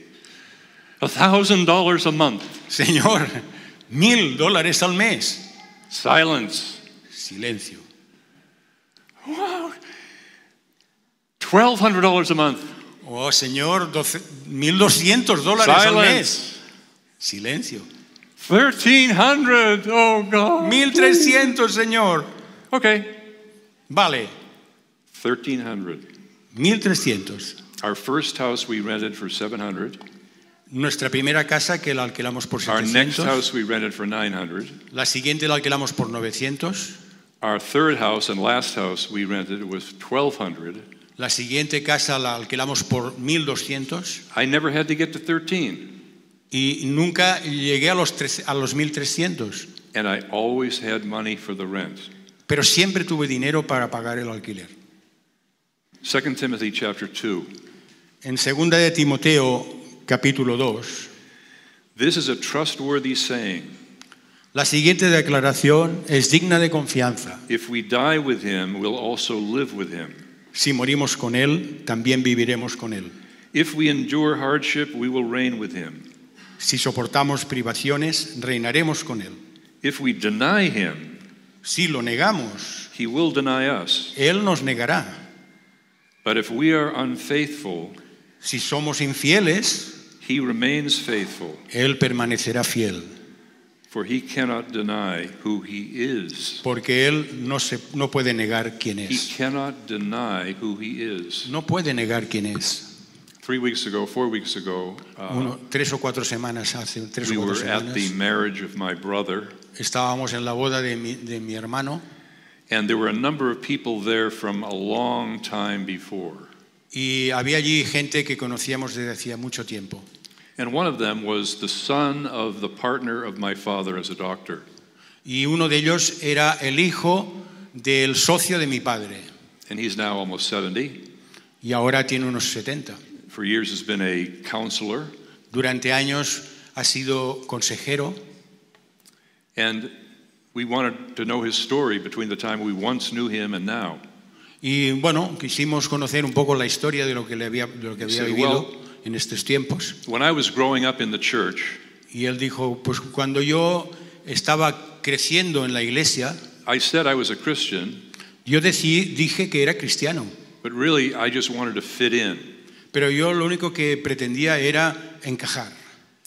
Speaker 1: $1,000 a month.
Speaker 2: Señor, mil dólares al mes.
Speaker 1: Silence.
Speaker 2: Silencio.
Speaker 1: Wow. $1,200 a month.
Speaker 2: Oh, Señor, 12 1200 dólares al mes.
Speaker 1: Silence.
Speaker 2: Silencio.
Speaker 1: 1300 Oh, God.
Speaker 2: 1300, Señor.
Speaker 1: Okay.
Speaker 2: Vale,
Speaker 1: 1300
Speaker 2: 1300.
Speaker 1: Our first house we rented for 700
Speaker 2: Nuestra primera casa que la alquilamos por
Speaker 1: Our next
Speaker 2: 700.
Speaker 1: house we rented for 900
Speaker 2: La siguiente la alquilamos por 900.
Speaker 1: Our third house and last house we rented was 1200
Speaker 2: La siguiente casa la alquilamos por 1200
Speaker 1: I never had to get to 13
Speaker 2: y nunca llegué a los, trece- a los 1300.
Speaker 1: And I always had money for the rent.
Speaker 2: Pero siempre tuve dinero para pagar el alquiler.
Speaker 1: 2 Timothy chapter 2.
Speaker 2: En 2 de Timoteo, capítulo 2,
Speaker 1: This is a trustworthy saying.
Speaker 2: la siguiente declaración es digna de confianza.
Speaker 1: If we die with him, we'll also live with him.
Speaker 2: Si morimos con Él, también viviremos con Él.
Speaker 1: If we endure hardship, we will reign with him.
Speaker 2: Si soportamos privaciones, reinaremos con Él.
Speaker 1: If we deny him,
Speaker 2: Si lo negamos,
Speaker 1: he will deny us.
Speaker 2: Él nos negará.
Speaker 1: But if we are unfaithful,
Speaker 2: Si somos infieles,
Speaker 1: he remains faithful,
Speaker 2: Él permanecerá fiel,
Speaker 1: for he cannot deny who he is.
Speaker 2: porque Él no, se, no puede negar quién
Speaker 1: He
Speaker 2: es.
Speaker 1: cannot deny who he is.
Speaker 2: No puede negar quién es.
Speaker 1: Three weeks ago, four weeks ago, uh,
Speaker 2: Uno- tres o cuatro semanas, hace tres
Speaker 1: we
Speaker 2: o cuatro
Speaker 1: were at
Speaker 2: semanas,
Speaker 1: the marriage of my brother,
Speaker 2: estábamos en la boda de mi- de mi hermano
Speaker 1: and there were a number of people there from a long time before.
Speaker 2: Y había allí gente que conocíamos desde hacía mucho tiempo.
Speaker 1: And one of them was the son of the partner of my father as a doctor.
Speaker 2: Y uno de ellos era el hijo del socio de mi padre.
Speaker 1: And he's now almost 70.
Speaker 2: Y ahora tiene unos 70.
Speaker 1: For years has been a counselor.
Speaker 2: Durante años ha sido consejero
Speaker 1: And we wanted to know his story between the time we once knew him and now.
Speaker 2: y bueno, quisimos conocer un poco la historia de lo que, le había, de lo que había
Speaker 1: Sí,
Speaker 2: vivido en estos tiempos.
Speaker 1: When I was growing up in the church,
Speaker 2: Y él dijo, pues cuando yo estaba creciendo en la iglesia,
Speaker 1: I said I was a Christian,
Speaker 2: yo decí, dije que era cristiano,
Speaker 1: but really I just wanted to fit in.
Speaker 2: pero yo lo único que pretendía era encajar.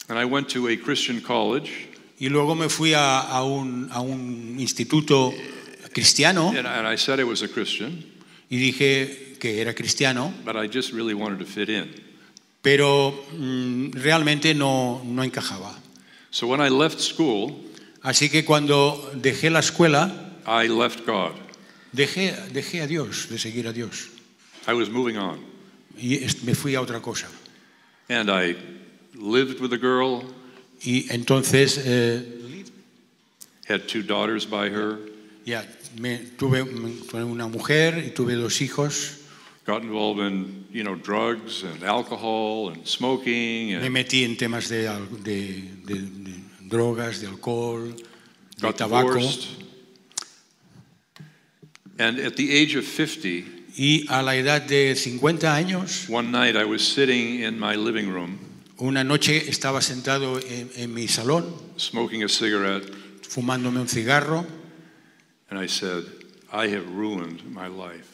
Speaker 1: And I went to a Christian college,
Speaker 2: Y luego me fui a, a un, a un instituto cristiano
Speaker 1: and, and I said I was a Christian,
Speaker 2: y dije que era cristiano,
Speaker 1: but I just really wanted to fit in.
Speaker 2: pero mm, realmente no, no encajaba.
Speaker 1: So when I left school,
Speaker 2: Así que cuando dejé la escuela,
Speaker 1: I left God.
Speaker 2: dejé, dejé a Dios, de seguir a Dios,
Speaker 1: I was moving on.
Speaker 2: y es- me fui a otra cosa.
Speaker 1: And I lived with a girl,
Speaker 2: Y entonces eh,
Speaker 1: had two daughters by her,
Speaker 2: ya me, tuve tuve una mujer y tuve dos hijos,
Speaker 1: got involved in, you know, drugs and alcohol and smoking
Speaker 2: me
Speaker 1: and
Speaker 2: metí en temas de, al- de- de- de drogas, de alcohol, de
Speaker 1: got
Speaker 2: tabaco.
Speaker 1: divorced. And at the age of 50,
Speaker 2: Y a la edad de 50 años,
Speaker 1: one night I was sitting in my living room
Speaker 2: una noche estaba sentado en, en mi salón
Speaker 1: smoking a cigarette
Speaker 2: fumándome un cigarro
Speaker 1: and I said, I have ruined my life.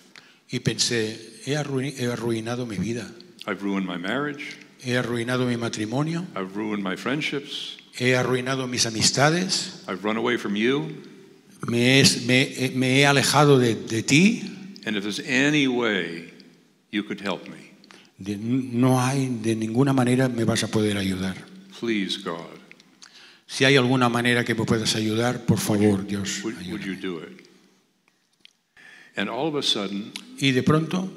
Speaker 2: Y pensé, he, arruin- he arruinado mi vida,
Speaker 1: I've ruined my marriage.
Speaker 2: he arruinado mi matrimonio,
Speaker 1: I've ruined my friendships.
Speaker 2: he arruinado mis amistades,
Speaker 1: I've run away from you.
Speaker 2: me, es- me- eh, me he alejado de, de ti.
Speaker 1: And if there's any way you could help me,
Speaker 2: De- no hay, de ninguna manera me vas a poder ayudar.
Speaker 1: please, God,
Speaker 2: Si hay alguna manera que me puedas ayudar, por favor, Dios.
Speaker 1: would, would you
Speaker 2: ayúdame.
Speaker 1: do it? And all of a sudden,
Speaker 2: Y de pronto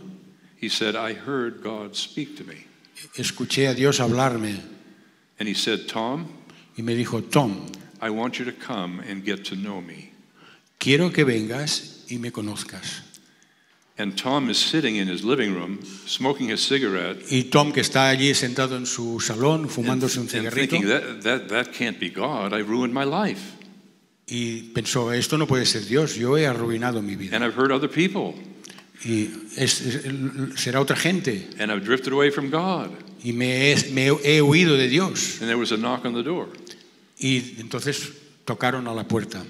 Speaker 1: he said, I heard God speak to me.
Speaker 2: escuché a Dios hablarme
Speaker 1: And he said, Tom,
Speaker 2: y me dijo, Tom,
Speaker 1: I want you to come and get to know me.
Speaker 2: quiero que vengas y me conozcas.
Speaker 1: And Tom is sitting in his living room, smoking a cigarette,
Speaker 2: Y Tom, que está allí sentado en su salón
Speaker 1: and,
Speaker 2: fumándose un
Speaker 1: and
Speaker 2: cigarrito,
Speaker 1: thinking, that, that, that can't be God. I ruined my life.
Speaker 2: y pensó, esto no puede ser Dios, yo he arruinado mi vida.
Speaker 1: And I've hurt other people,
Speaker 2: Y es- es- será otra gente.
Speaker 1: and I've drifted away from God.
Speaker 2: Y me he, me he huido de Dios.
Speaker 1: And there was a knock on the door.
Speaker 2: Y entonces tocaron a la puerta.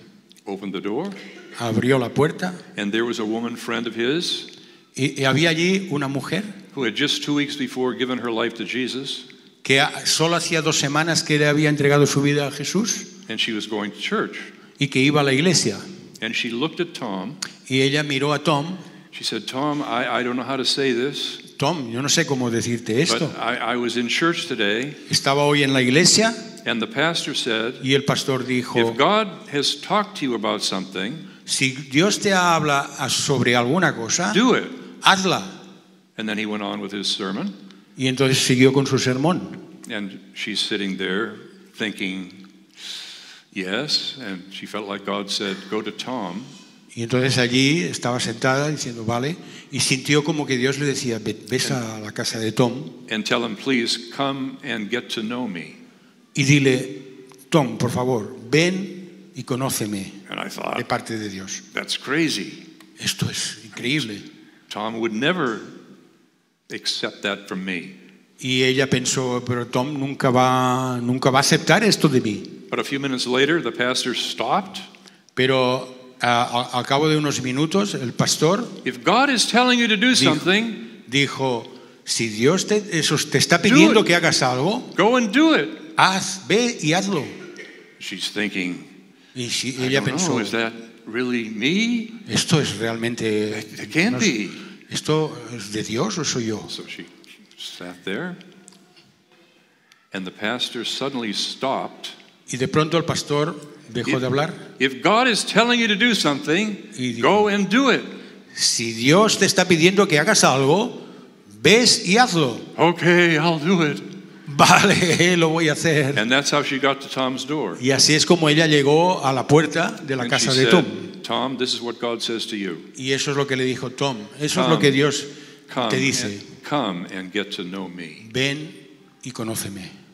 Speaker 1: Opened the door,
Speaker 2: Abrió la puerta
Speaker 1: and there was a woman friend of his
Speaker 2: y, y había allí una mujer
Speaker 1: who had just two weeks before given her life to Jesus,
Speaker 2: que a- solo hacía dos semanas que le había entregado su vida a Jesús
Speaker 1: and she was going to church.
Speaker 2: y que iba a la iglesia.
Speaker 1: And she looked at Tom.
Speaker 2: Y ella miró a Tom.
Speaker 1: She said, Tom, I, I don't know how to say this,
Speaker 2: Tom, yo no sé cómo decirte
Speaker 1: but
Speaker 2: esto.
Speaker 1: I, I was in church today,
Speaker 2: Estaba hoy en la iglesia
Speaker 1: and the pastor said,
Speaker 2: y el pastor dijo,
Speaker 1: If God has talked to you about something,
Speaker 2: si Dios te habla a- sobre alguna cosa,
Speaker 1: do it.
Speaker 2: hazla.
Speaker 1: And then he went on with his sermon,
Speaker 2: Y entonces siguió con su sermón.
Speaker 1: and she's sitting there thinking, Yes. And she felt like God said, Go to Tom.
Speaker 2: Y entonces allí estaba sentada diciendo, vale, y sintió como que Dios le decía, "Ve- ves a la casa de Tom
Speaker 1: and tell him, please come and get to know me.
Speaker 2: y dile, Tom, por favor, ven y conóceme
Speaker 1: And I
Speaker 2: de
Speaker 1: thought,
Speaker 2: parte de Dios.
Speaker 1: that's crazy.
Speaker 2: Esto es increíble.
Speaker 1: Tom would never accept that from me.
Speaker 2: Y ella pensó, pero Tom nunca va, nunca va a aceptar esto de mí.
Speaker 1: But a few minutes later, the pastor stopped.
Speaker 2: Pero a- a- al cabo de unos minutos, el pastor
Speaker 1: If God is telling you to do
Speaker 2: Dijo.
Speaker 1: something,
Speaker 2: dijo, si Dios te, eso- te está pidiendo que hagas algo,
Speaker 1: go and do it.
Speaker 2: haz, ve y hazlo.
Speaker 1: She's thinking,
Speaker 2: Y si
Speaker 1: I
Speaker 2: ella
Speaker 1: don't know,
Speaker 2: pensó,
Speaker 1: is that really me?
Speaker 2: esto es realmente,
Speaker 1: It, it can't
Speaker 2: no sé,
Speaker 1: be.
Speaker 2: esto es de Dios o soy yo.
Speaker 1: So she sat there. And the pastor suddenly stopped.
Speaker 2: Y de pronto el pastor dejó de hablar.
Speaker 1: If God is telling you to do something,
Speaker 2: Y dijo.
Speaker 1: go and do it.
Speaker 2: Si Dios te está pidiendo que hagas algo, ves y hazlo.
Speaker 1: Okay, I'll do it.
Speaker 2: Vale, lo voy a hacer.
Speaker 1: And that's how she got to Tom's door.
Speaker 2: Y así es como ella llegó a la puerta de la
Speaker 1: And
Speaker 2: casa
Speaker 1: she
Speaker 2: de
Speaker 1: said,
Speaker 2: Tom.
Speaker 1: Tom, this is what God says to you.
Speaker 2: Y eso es lo que le dijo Tom. Eso es
Speaker 1: Tom,
Speaker 2: lo que Dios
Speaker 1: Come,
Speaker 2: te dice.
Speaker 1: and, come and get to know me.
Speaker 2: Ven y conóceme.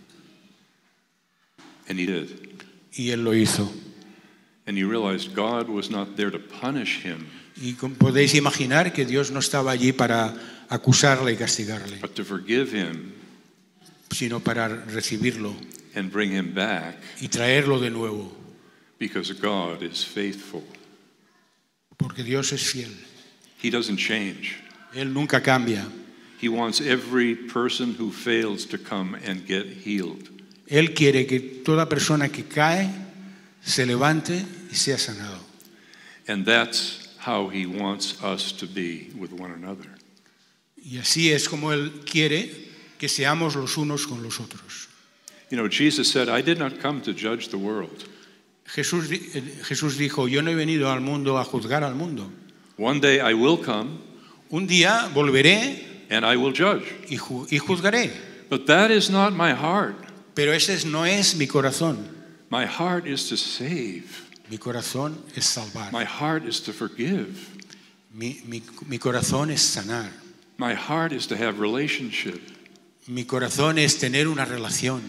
Speaker 1: And he did.
Speaker 2: Y él lo hizo.
Speaker 1: And he realized God was not there to punish him,
Speaker 2: Y com- podéis imaginar que Dios no estaba allí para acusarle y castigarle,
Speaker 1: but to forgive him
Speaker 2: sino para recibirlo
Speaker 1: and bring him back
Speaker 2: y traerlo de nuevo,
Speaker 1: because God is faithful.
Speaker 2: porque Dios es fiel.
Speaker 1: He doesn't change.
Speaker 2: Él nunca cambia.
Speaker 1: He wants every person who fails to come and get healed.
Speaker 2: Él quiere que toda persona que cae se levante y sea sanado.
Speaker 1: And that's how he wants us to be with one another.
Speaker 2: Y así es como Él quiere que seamos los unos con los otros.
Speaker 1: You know, Jesus said, I did not come to judge the world.
Speaker 2: Jesús, di- eh, Jesús dijo, yo no he venido al mundo a juzgar al mundo.
Speaker 1: One day I will come
Speaker 2: Un día volveré
Speaker 1: and I will judge.
Speaker 2: y, ju- y juzgaré,
Speaker 1: But that is not my heart.
Speaker 2: pero ese no es mi corazón.
Speaker 1: My heart is to save,
Speaker 2: Mi corazón es salvar.
Speaker 1: my heart is to forgive,
Speaker 2: Mi, mi- mi corazón es sanar.
Speaker 1: my heart is to have relationship.
Speaker 2: Mi corazón es tener una relación.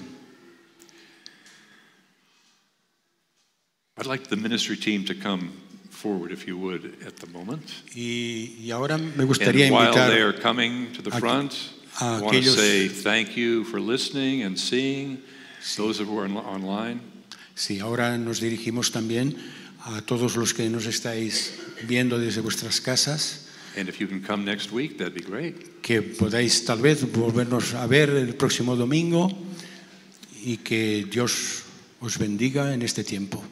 Speaker 1: I'd like the ministry team to come forward, if you would, at the moment.
Speaker 2: Y, y ahora me gustaría
Speaker 1: And while they
Speaker 2: invitar
Speaker 1: are coming to the
Speaker 2: a-
Speaker 1: front,
Speaker 2: a
Speaker 1: I want to
Speaker 2: aquellos-
Speaker 1: say thank you for listening and seeing. Those who are on- online,
Speaker 2: Sí, ahora nos dirigimos también a todos los que nos estáis viendo desde vuestras casas,
Speaker 1: And if you can come next week, that'd be great.
Speaker 2: que podáis tal vez volvernos a ver el próximo domingo y que Dios os bendiga en este tiempo.